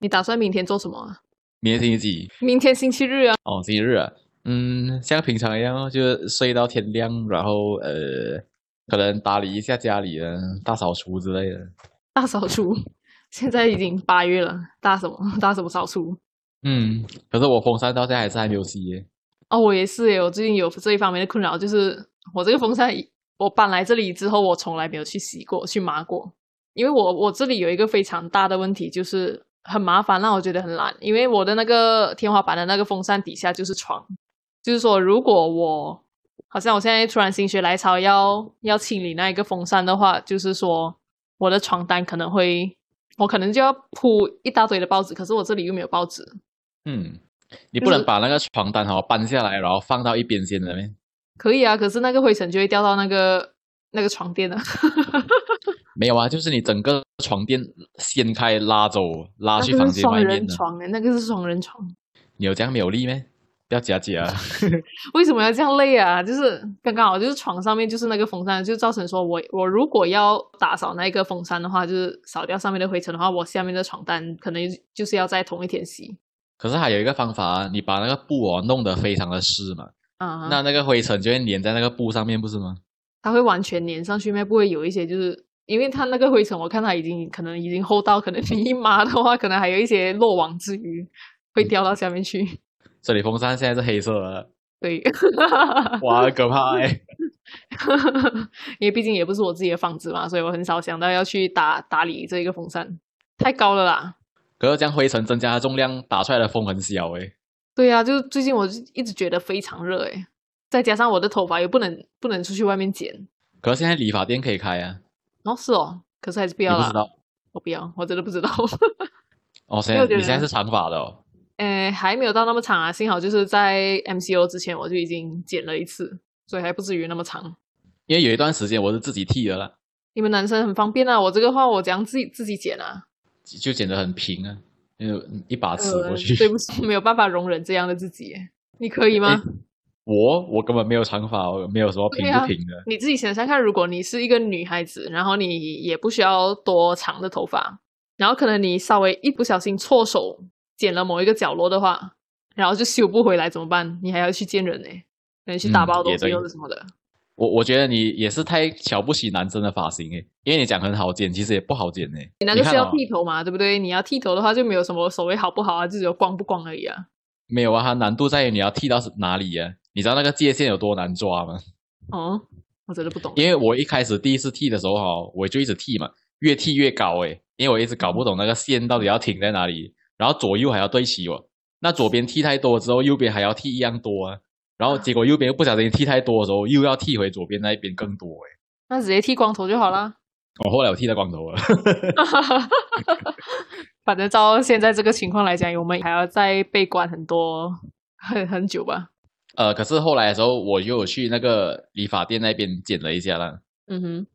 你打算明天做什么啊？明天星期几？明天星期日啊，哦，星期日啊，嗯，像平常一样哦，就是睡到天亮，然后呃，可能打理一下家里的大扫除之类的。大扫除。 现在已经八月了，大什么大什么扫除？嗯，可是我风扇到现在还是还没有熄耶。哦，我也是耶，我最近有这一方面的困扰，就是我这个风扇，我搬来这里之后，我从来没有去洗过、去抹过，因为我我这里有一个非常大的问题，就是很麻烦，让我觉得很懒，因为我的那个天花板的那个风扇底下就是床，就是说如果我好像我现在突然心血来潮要要清理那一个风扇的话，就是说我的床单可能会，我可能就要铺一大堆的报纸，可是我这里又没有报纸，嗯，你就不能是把那个床单哦搬下来，然后放到一边先的咩？可以啊，可是那个灰尘就会掉到那个那个床垫啊。没有啊，就是你整个床垫掀开拉走，拉 那啊去个房是间双外面人的。床哎，那个是双人床，你有这样没有力咩？不要假假啊。为什么要这样累啊？ 就是刚刚好，就是床上面就是那个风扇，就造成说我我如果要打扫那个风扇的话，就是扫掉上面的灰尘的话，我下面的床单可能就是要在同一天洗可是还有一个方法啊，你把那个布哦弄得非常的湿嘛，啊。那那个灰尘就会粘在那个布上面，不是吗？它会完全粘上去吗？不会有一些就是因为它那个灰尘，我看它已经可能已经厚到，可能你一抹的话，可能还有一些漏网之鱼会掉到下面去。这里风扇现在是黑色的，对，哇，很可 怕哎、因为毕竟也不是我自己的房子嘛，所以我很少想到要去打打理这个风扇，太高了啦。可是这样灰尘增加它重量，打出来的风很小哎、对呀、就是最近我就一直觉得非常热诶，再加上我的头发又不能不能出去外面剪，可是现在理发店可以开啊，哦是哦，可是还是不你要不知啦，道我不要，我真的不知道。 哦？现因为我在觉得你现在是长发的哦，诶，呃还没有到那么长啊，幸好就是在 MCO 之前我就已经剪了一次，所以还不至于那么长。因为有一段时间我是自己剃的啦，你们男生很方便啊，我这个话我怎样自己自己剪啊？就剪得很平啊，就一把尺过去。呃对不起， 没有办法容忍这样的自己耶。你可以吗？诶 我我根本没有长发，我没有什么平对啊不平的。 你自己想想看，如果你是一个女孩子，然后你也不需要多长的头发，然后可能你稍微一不小心错手剪了某一个角落的话，然后就修不回来怎么办？你还要去见人呢、可能去打嗯包也东西对或者什么的。我我觉得你也是太瞧不起男生的发型诶，哎因为你讲很好剪，其实也不好剪诶。你那个看是要哦剃头嘛，对不对？你要剃头的话，就没有什么所谓好不好啊，就只有光不光而已啊。没有啊，它难度在于你要剃到哪里呀、你知道那个界限有多难抓吗？哦，我真的不懂。因为我一开始第一次剃的时候哈、我就一直剃嘛，越剃越高诶，因为我一直搞不懂那个线到底要停在哪里，然后左右还要对齐哦。那左边剃太多之后，右边还要剃一样多啊，然后结果右边又不小心剃太多的时候，又要剃回左边那一边更多诶。那直接剃光头就好 啦。我、后来我剃到光头了， 反正照现在这个情况来讲，我们还要再被关很多很很久吧。呃，可是后来的时候我就有去那个理发店那边剪了一下啦。嗯哼。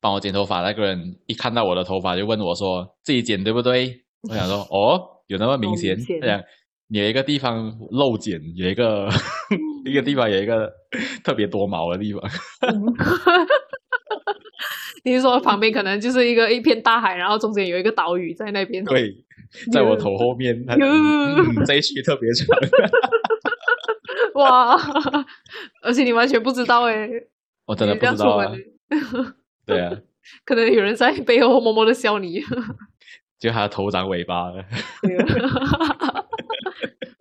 帮我剪头发那个人一看到我的头发就问我说：“自己剪对不对？”我 想说：“哦，有那么明显哦明？”显他讲：“你有一个地方漏剪，有一个 一个地方有一个特别多毛的地方。嗯 你是说旁边可能就是一个一片大海，然后中间有一个岛屿在那 边？， 对，在我头后面，他哟讲嗯、这一区特别长。哇！而且你完全不知道哎、我真 的你不这样知出道啊门，对啊，可能有人在背后默默的笑 你。就他的头长尾巴了。 对啊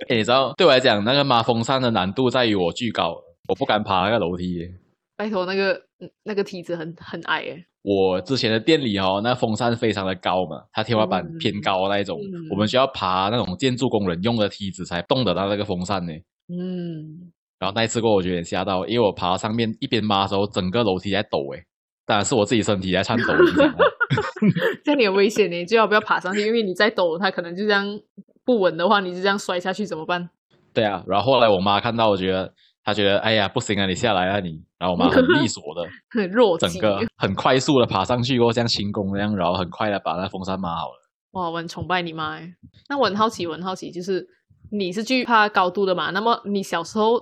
诶你知道，对我来讲，那个抹风扇的难度在于我巨高，我不敢爬那个楼梯耶。拜托，那个那个梯子很很矮哎、我之前的店里哦，那风扇非常的高嘛，它天花板嗯偏高啊那一种，嗯我们需要爬那种建筑工人用的梯子才动得到那个风扇呢。嗯，然后那一次过后我就有点吓到，因为我爬到上面一边抹的时候，整个楼梯在抖诶，当然是我自己身体在颤抖影响啊。这样你很危险呢、你最好不要爬上去，因为你再抖，它可能就这样不稳的话，你就这样摔下去怎么办？ 对啊，然后后来我妈看到，我觉得她觉得哎呀不行啊，你下来啊你。然后我妈很利索的，很弱整鸡个很快速的爬上去，过后像轻功那样，然后很快的把那风扇抹好了。哇，我很崇拜你妈欸。那我很好奇，我很好奇，就是你是惧怕高度的嘛？那么你小时候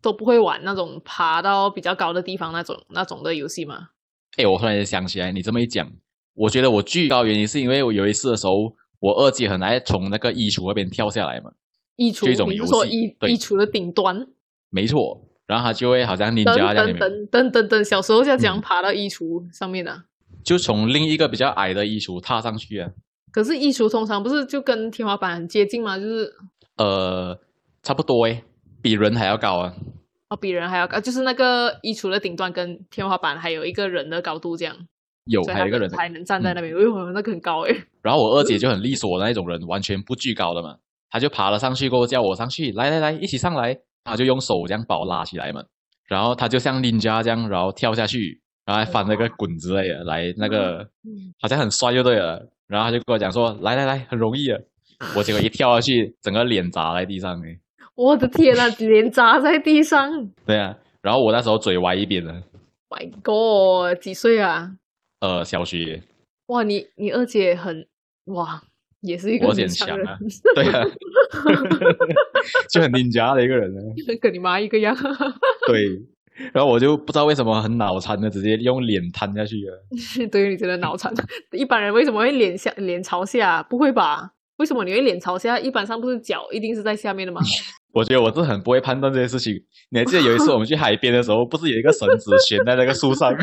都不会玩那种爬到比较高的地方那种那种的游戏吗？哎，我突然间想起来，你这么一讲，我觉得我巨高原因是因为我有一次的时候，我二姐很爱从那个衣橱那边跳下来嘛，衣橱，这种你是游说戏衣对衣橱的顶端，没错，然后她就会好像 ninja 等这样里等面等等等等，小时候要怎样嗯爬到衣橱上面的啊？就从另一个比较矮的衣橱踏上去啊，可是衣橱通常不是就跟天花板很接近吗？就是呃，差不多诶，比人还要高啊，哦，比人还要高，就是那个衣橱的顶端跟天花板还有一个人的高度这样，有所以还有一个他人嗯们，才能站在那边。哎呦，那个很高哎、然后我二姐就很利索的那一种人，完全不惧高的嘛，她就爬了上去，过后叫我上去，来来来，一起上来，她就用手这样把我拉起来嘛，然后她就像 ninja 这样，然后跳下去，然后还翻了个滚之类的，来那个哦嗯好像很帅就对了，然后她就跟我讲说，来来来，很容易的，啊我结果一跳下去，整个脸砸在地上诶，我的天呐，脸砸在地上对啊，然后我那时候嘴歪一边了， ！My God，几岁啊？呃，小学，哇，你你二姐很哇，也是一个我姐很很强强人，啊对啊，就很 ninja 的一个人啊。 跟你妈一个样。对，然后我就不知道为什么很脑残的直接用脸瘫下去啊了。对于你真的脑残， 一般人为什么会脸下 脸朝下？不会吧？为什么你会脸朝下？一般上不是脚一定是在下面的 吗？我觉得我是很不会判断这些事情。你还记得有一次我们去海边的时候，不是有一个绳子悬在那个树上？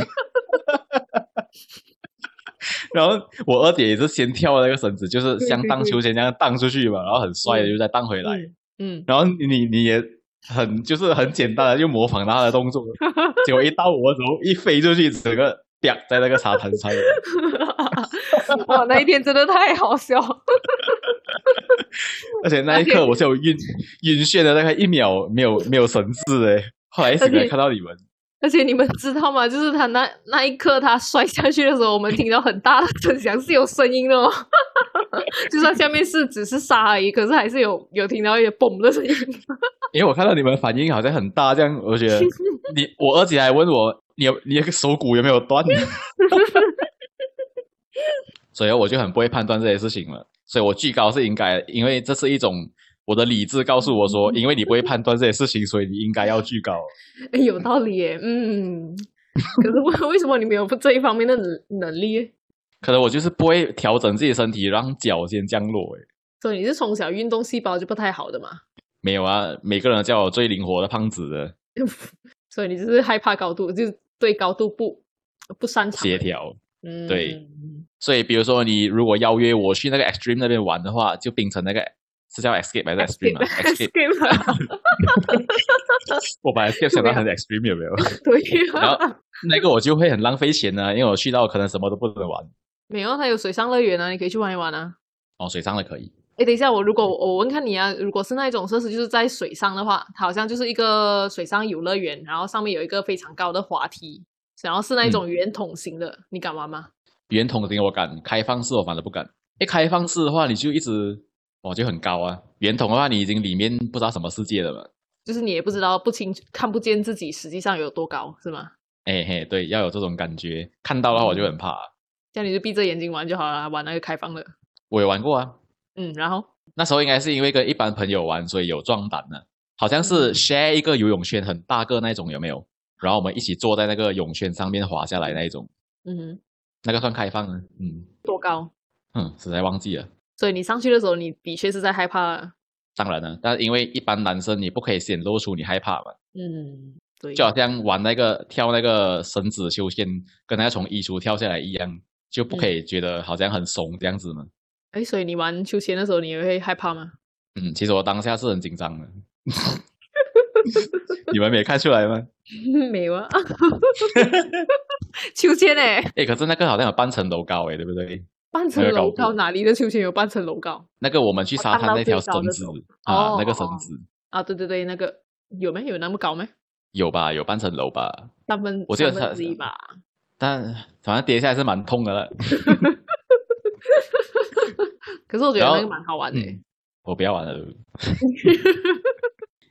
然后我二姐也是先跳那个绳子，就是对像对荡对秋千这样荡出去嘛，然后很帅的嗯就再荡回来。嗯，然后你你也很就是很简单的就模仿她的动作，结果一到我的时候一飞出去，整个啪在那个沙滩上面。哇，那一天真的太好笑了。而且那一刻我是有晕晕眩的，大概一秒没有没有神志哎。后来醒而来且看到你们，而且你们知道吗？就是他那那一刻他摔下去的时候，我们听到很大的声响，是有声音的哦。 就算下面是只是沙而已，可是还是有有听到一些嘣的声音。因为我看到你们反应好像很大这样，我觉得你我二姐还问我你有你那个手骨有没有断，所以我就很不会判断这些事情了。所以我巨高是应该的，因为这是一种我的理智告诉我说，因为你不会判断这些事情，所以你应该要巨高。哎有道理耶，嗯。可是为为什么你们有这一方面的能能力？可能我就是不会调整自己的身体，让脚先降落哎。所以你是从小运动细胞就不太好的嘛？没有啊，每个人都叫我最灵活的胖子的所以你就是害怕高度，就是对高度不不擅长。协调。嗯，对所以，比如说你如果邀约我去那个 Extreme 那边玩的话，就冰城那个是叫 Escape 还是 Extreme 啊 s c r e a 我把 Escape 想到很 Extreme 有没有？ 对然啊后。 那个我就会很浪费钱啊呢、因为我去到可能什么都不能玩。没有，它有水上乐园啊，你可以去玩一玩啊。哦，水上的可以，哎，等一下，我如果我问看你啊，如果是那一种设施，就是在水上的话，它好像就是一个水上游乐园，然后上面有一个非常高的滑梯，然后是那一种圆筒型的，你敢玩吗？圆筒型我敢，开放式我反而不敢。一开放式的话，你就一直哦就很高啊。圆筒的话，你已经里面不知道什么世界了嘛。就是你也不知道不清楚看不见自己实际上有多高，是吗？哎嘿，对，要有这种感觉，看到的话我就很怕。嗯这样你就闭着眼睛玩就好了，玩那个开放的。我有玩过啊，嗯，然后那时候应该是因为跟一般朋友玩，所以有壮胆呢。好像是 share 一个游泳圈，很大个那种，有没有？然后我们一起坐在那个泳圈上面滑下来那一种，嗯哼，那个算开放呢？嗯多高？嗯，实在忘记了。所以你上去的时候，你的确是在害怕。当然了，但因为一般男生你不可以显露出你害怕嘛，嗯，对，就好像玩那个跳那个绳子修仙，跟他从衣橱跳下来一样，就不可以觉得好像很怂这样子嘛。哎，所以你玩秋千的时候，你也会害怕吗？嗯，其实我当下是很紧张的， 你们没看出来吗？ 没有啊， 秋千哎、哎，可是那个好像有半层楼高诶，对不对？半层那个楼高高，度哪里的秋千有半层楼高那个我们去哦沙荡滩到那最条高绳的子时候啊，那个哦绳哦子啊？对对对，那个有没有那么高没？有吧？有半层楼吧？三分我记得三它分之一吧。但反正跌下来是蛮痛的 了。可是我觉得然后那个蛮好玩的、嗯，我不要玩了。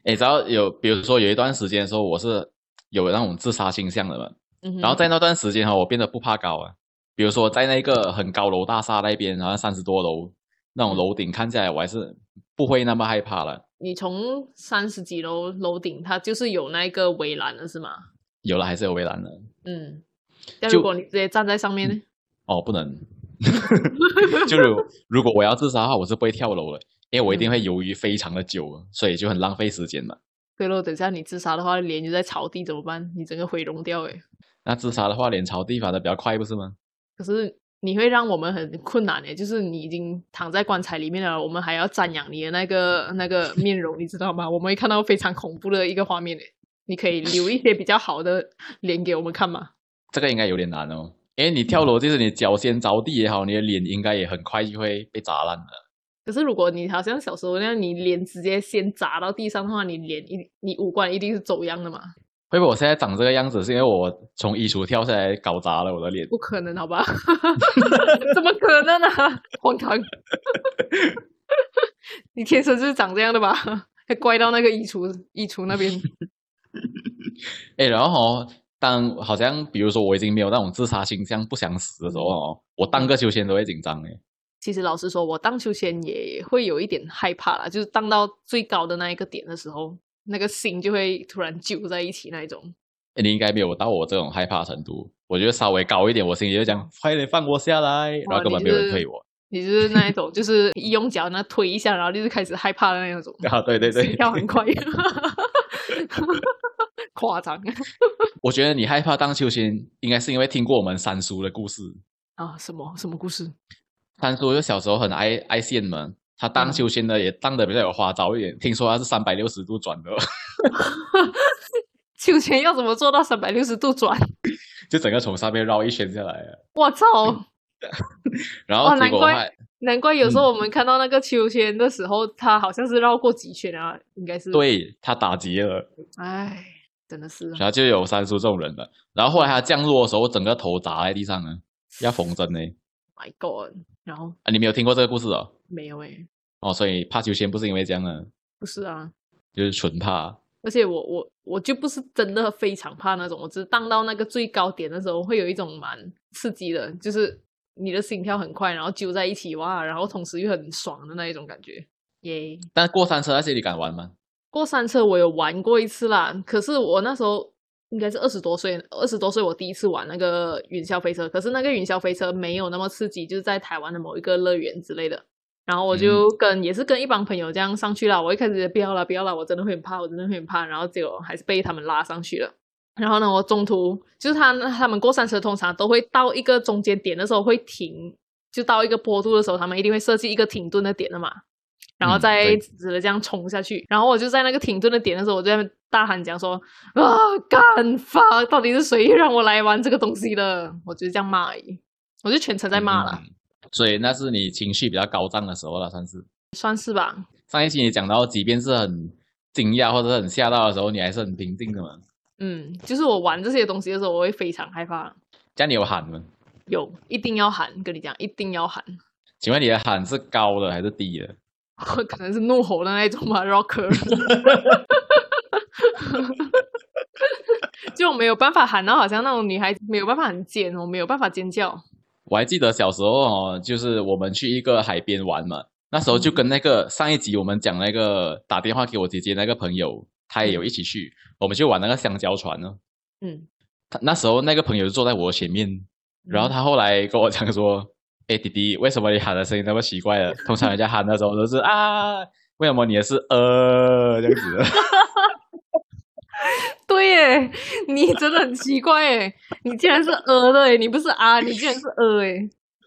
哎，只要有，比如说有一段时间的时候，我是有那种自杀倾向的嘛。嗯哼然后在那段时间哈、我变得不怕高啊。比如说在那个很高楼大厦那边，然后三十多楼那种楼顶，看起来我还是不会那么害怕了。你从三十几楼楼顶，它就是有那个围栏了，是吗？有了还是有围栏的嗯，那就如果你直接站在上面呢？哦，不能。 就如如果我要自杀的话，我是不会跳楼的，因为我一定会犹豫非常的久，啊所以就很浪费时间嘛。对咯，等下你自杀的话，脸就在草地怎么办？你整个毁容掉诶。那自杀的话，脸朝地反的比较快，不是吗？可是你会让我们很困难诶，就是你已经躺在棺材里面了，我们还要瞻仰你的那个那个面容，你知道吗？我们会看到非常恐怖的一个画面诶。你可以留一些比较好的脸给我们看吗？这个应该有点难哦，因为你跳楼就是你脚先着地也好，你的脸应该也很快就会被砸烂的。可是如果你好像小时候那样，你脸直接先砸到地上的话，你脸一你五官一定是走样的嘛？会不会我现在长这个样子，是因为我从衣橱跳下来搞砸了我的脸？不可能，好吧？怎么可能呢、啊？荒唐！ 你天生就是长这样的吧？ 还怪到那个衣橱衣橱那边。哎，然后、哦、当好像比如说我已经没有那种自杀倾向、不想死的时候哦，我当个秋千都会紧张哎。其实老实说，我荡秋千也会有一点害怕啦，就是荡到最高的那一个点的时候，那个心就会突然揪在一起那一种。诶你应该没有到我这种害怕程度，我觉得稍微高一点，我心里就讲快点放我下来，然后根本没有人推我。你就是那一种，就是一用脚那推一下，然后就是开始害怕的那种。啊， 对对对，心跳很快， 夸张我觉得你害怕荡秋千，应该是因为听过我们三叔的故事。啊！什么什么故事？三叔就小时候很爱爱线嘛，他荡秋千呢也荡的比较有花招一点，听说他是三百六十度转的， 秋千要怎么做到三百六十度转？就整个从上面绕一圈下来啊。我操！然哇后结难果怪还难怪有时嗯候我们看到那个秋千的时候，它好像是绕过几圈啊，应该是。。对他打劫了，嗯唉，真的是啊。然后就有三叔这种人了。然后后来他降落的时候，整个头砸在地上呢，要缝针呢。 My God！然后啊，你没有听过这个故事哦？没有诶、欸哦，所以怕秋千不是因为这样啊，不是啊。就是纯怕。而且我我我就不是真的非常怕那种，我只是荡到那个最高点的时候，会有一种蛮刺激的，就是你的心跳很快，然后揪在一起哇，然后同时又很爽的那一种感觉，耶、但过山车那些你敢玩吗？过山车我有玩过一次啦，可是我那时候应该是二十多岁，二十多岁我第一次玩那个云霄飞车，可是那个云霄飞车没有那么刺激，就是在台湾的某一个乐园之类的。然后我就跟、也是跟一帮朋友这样上去了，我一开始觉得不要啦不要啦，我真的会很怕，我真的会很怕，然后结果还是被他们拉上去了。然后呢，我中途就是他他们过山车通常都会到一个中间点的时候会停，就到一个坡度的时候，他们一定会设计一个停顿的点的嘛，然后嗯再对直的这样冲下去。然后我就在那个停顿的点的时候，我就在那边大喊讲说啊，干发，到底是谁让我来玩这个东西的？我就是这样骂而已，我就全程在骂了，嗯所以那是你情绪比较高涨的时候了，算是。算是吧。上一期你讲到，即便是很惊讶或者是很吓到的时候，你还是很平静的嘛。嗯，就是我玩这些东西的时候，我会非常害怕，这样你有喊吗？有一定要喊，跟你讲一定要喊，请问你的喊是高的还是低的？ 可能是怒吼的那一种吧，rocker。就我没有办法喊到，好像那种女孩子没有办法很尖，哦我没有办法尖叫。我还记得小时候哦，就是我们去一个海边玩嘛，那时候就跟那嗯个上一集我们讲那个打电话给我姐姐那个朋友，他也有一起去，我们就玩那个香蕉船呢。嗯，他那时候那个朋友就坐在我前面，然后他后来跟我讲说：“哎，弟弟，为什么你喊的声音那么奇怪的？通常人家喊的时候都是啊，为什么你的是呃这样子的？对耶，你真的很奇怪耶，你竟然是呃的耶，你不是啊，你竟然是呃耶。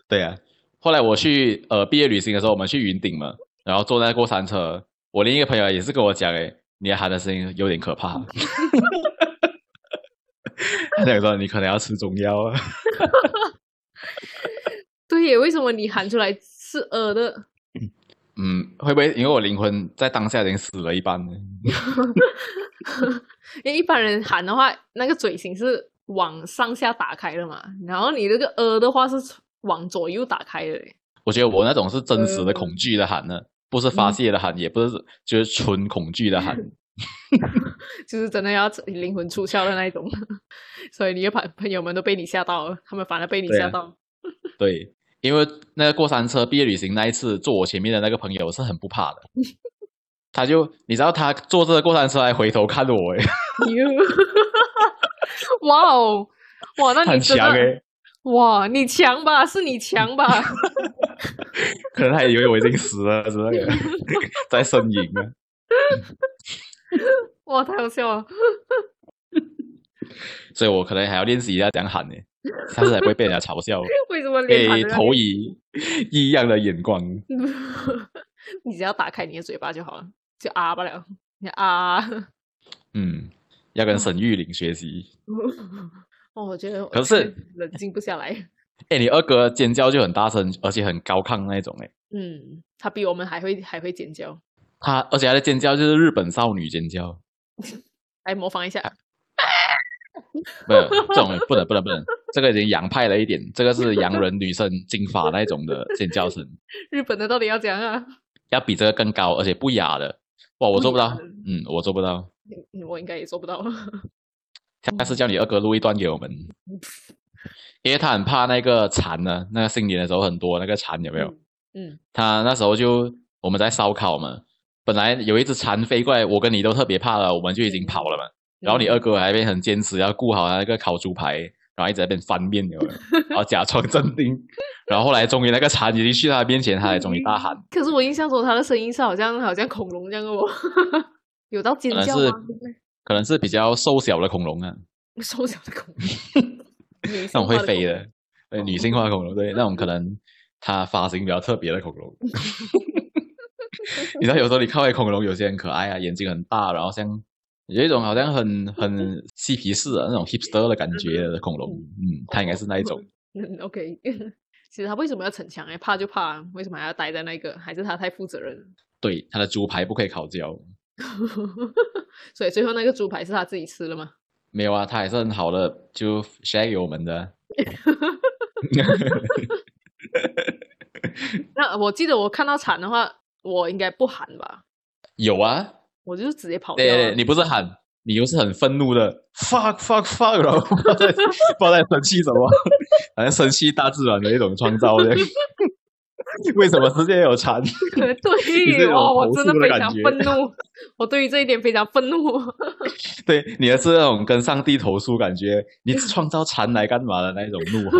对呀、后来我去呃毕业旅行的时候，我们去云顶嘛，然后坐那个过山车，我另一个朋友也是跟我讲，哎，你喊的声音有点可怕。他想说你可能要吃中药啊，对耶，为什么你喊出来是呃的？嗯，会不会因为我灵魂在当下已经死了一般呢？因为一般人喊的话，那个嘴型是往上下打开的嘛，然后你这个呃的话是往左右打开的耶。我觉得我那种是真实的恐惧的喊呢，不是发泄的喊，也不是就是纯恐惧的嗯喊。就是真的要灵魂出窍的那一种， 所以你的朋朋友们都被你吓到了，他们反而被你对吓啊到。对，因为那个过山车毕业旅行那一次，坐我前面的那个朋友是很不怕的，他就你知道他坐这个过山车还回头看我， 哎，哟哇哦，哇，那很啊你真强的哎，哇，你强吧，是你强吧？ 可能他也以为我已经死了之类的， 在呻吟啊。哇，太好笑了！所以我可能还要练习一下怎样喊呢，欸下次才不会被人家嘲 笑，为什么脸被盘投以异样的眼光。 你只要打开你的嘴巴就好了，就啊不了，你啊。 嗯，要跟沈玉玲学习。哦，我觉得我可是冷静不下来。哎，你二哥尖叫就很大声，而且很高亢那种哎。嗯，他比我们还会还会尖叫，他而且他的尖叫就是日本少女尖叫，来模仿一啊下。没 有这种不能不能不能，这个已经洋派了一点，这个是洋人女生金发那种的尖叫声， 日本的到底要怎样啊？要比这个更高，而且不雅的。哇，我做不到，嗯，我做不到。嗯我应该也做不到。 下次叫你二哥录一段给我们，因为他很怕那个蝉呢、那个新年的时候很多那个蝉有没有？嗯，他那时候就我们在烧烤嘛，本来有一只蝉飞过来，我跟你都特别怕了，我们就已经跑了嘛。嗯然后你二哥还被很坚持要顾好他那个烤猪排，然后一直在那边翻面有没有然后假装镇定，然后后来终于那个蝉已经去他面前，他才终于大喊，可是我印象中他的声音是好像好像恐龙这样的哦， 有到尖可能叫是吗？可能是比较瘦小的恐龙啊， 瘦小的恐龙， 女性那种化会的飞恐的，对，女性化恐龙，对，那种可能它发型比较特别的恐龙。 你知道有时候你看外恐龙，有些很可爱啊，眼睛很大，然后像有一种好像很很嬉皮士啊那种 hipster 的感觉的恐龙，嗯，它应该是那一种。龙。 嗯，OK。其实他为什么要逞强？哎，怕就怕，为什么还要待在那个？还是他太负责任了？ 对，它的猪排不可以烤焦。所以最后那个猪排是他自己吃了吗？没有啊，它还是很好的，就 share 给我们 的。那我记得我看到蝉的话，我应该不喊吧，有啊，我就直接跑掉对对了。对，你不是喊，你又是很愤怒的 fuck fuck fuck，然后 不知道在不知道在生气什么，反正生气大自然的一种创造 的。为什么世界有蝉？ 这对，种哇，我投真的诉的非感常觉愤怒， 我对于这一点非常愤怒。对，你的是那种跟上帝投诉，感觉你创造蝉来干嘛的那一种怒 吼。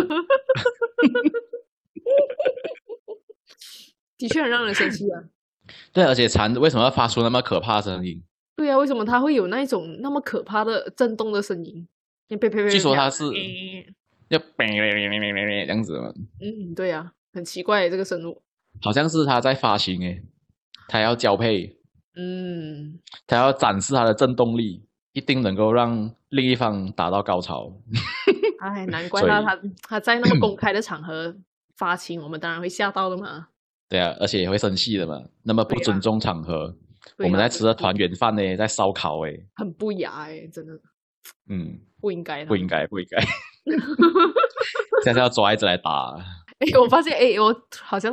的确很让人生气啊。对，而且蝉为什么要发出那么可怕的声音？对啊，为什么它会有那一种那么可怕的震动的声音？呸呸呸！据说它它是要 这样子嘛，嗯，对啊，很奇怪这个生物。好像是它在发情诶，它要交配，嗯，它要展示它的震动力，一定能够让另一方达到高潮。哎，难怪所以它它它在那么公开的场合发情，我们当然会吓到的嘛。对啊，而且也会生气的嘛。那么不对啊尊重场合，对我们啊在吃的团圆饭呢，在烧烤哎，很不雅哎、真的嗯，不应该的不。应该，不应 该。 现在要抓一只来打，哎、我发现哎、我好像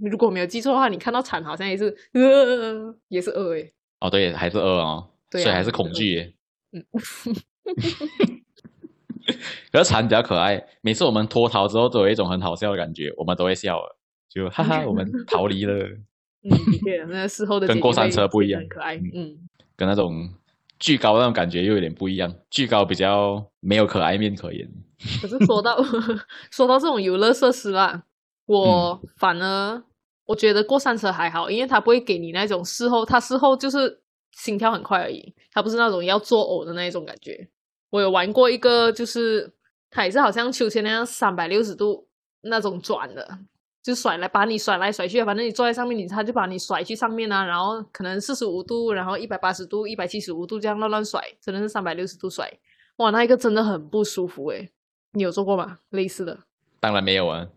如果没有记错的话，你看到蝉好像也是呃，也是呃哎、哦，对，还是饿哦，对啊所以还是恐惧耶。嗯 可是蝉比较可爱，每次我们脱逃之后，都有一种很好笑的感觉，我们都会笑了，就哈 哈，我们逃离了，嗯，的确，那事后的跟姐姐过山会车不一显得样很可爱。嗯，跟那种巨高那种感觉又有点不一样。巨高比较没有可爱面可言，可是说到 说到这种游乐设施啦，我反而我觉得过山车还好，因为它不会给你那种事后，它事后就是心跳很快而已，它不是那种要作呕的那一种感觉。我有玩过一个，就是它也是好像秋千那样三百六十度那种转的，就甩来把你甩来甩去，反正你坐在上面，你他就把你甩去上面啊，然后可能四十五度，然后一百八十度、一百七十五度这样乱乱甩，真的是三百六十度甩，哇，那一个真的很不舒服欸诶、你有做过吗？类似的，当然没有啊。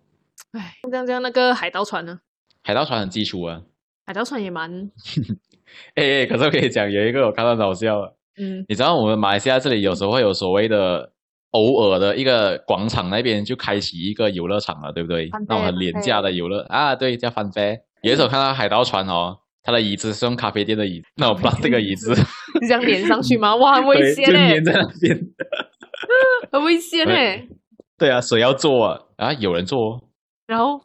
哎，这样这样那个海盗船呢？海盗船很基础啊，海盗船也蛮，哎、欸，可是我跟你讲，有一个我看到很好笑的，嗯，你知道我们马来西亚这里有时候会有所谓的偶尔的一个广场那边就开启一个游乐场了，对不对翻？那种飞嗯很翻廉价的游乐啊，对，叫翻飞。有一次我看到海盗船哦，它的椅子是用咖啡店的椅，那种 plastic 的椅子，这样连上去吗？哇，很 危对，险欸就嘞、粘在那边。很危险欸嘞、对对啊，谁要坐啊？啊，有人坐、哦，然 后，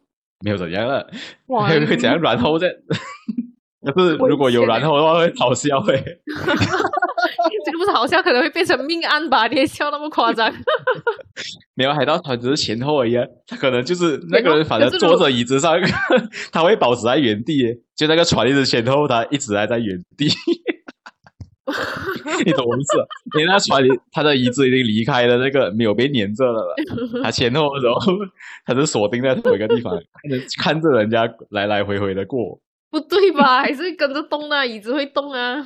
没有怎样了，哇， 会会怎样？然后再，可是如果有然后的话会好笑哎、这个不是好像可能会变成命案吧？你也笑那么夸张， 没有海盗船只是前后而已、啊，他可能就是那个人，反正可是如坐果着椅子上， 他会保持在原地耶，就那个船一直前后，他一直还在原 地。你懂我意思、啊？你那船，他的椅子已经离开了，那个没有被粘着了吧，他前后的时候，他是锁定在同一个地方， 看着看着人家来来回回的过。不对吧？还是跟着动啊，椅子会动啊，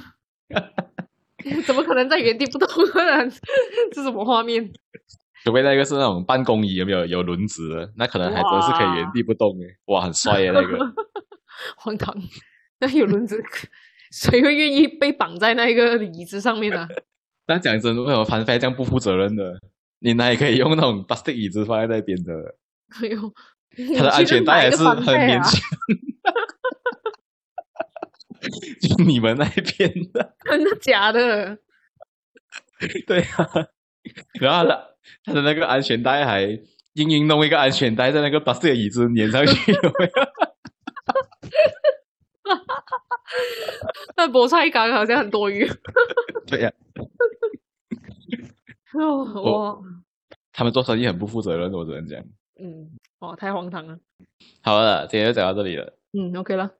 怎么可能在原地不动啊？ 这什么画面？除非那个是那种办公椅，有没有有轮子的？那可能还真是可以原地不动诶。哇，很帅耶那个。荒唐！ 那有轮子， 谁会愿意被绑在那个椅子上面呢、啊？但讲真，为什么翻飞这样不负责任的？你哪里可以用那种 plastic 椅子放在那边的？ 哎 呦，它的安全带还是很勉勉强。强。 就你们那边的， 真的假的？对啊。然后他的他的那个安全带还硬硬弄一个安全带在那个 plastic 的椅子粘上去，有没有？那菠菜干好像很多余。对呀、哦，我他们做生意很不负责任，我只能讲。嗯，哇，太荒唐了。好了，今天就讲到这里了。嗯，OK 了。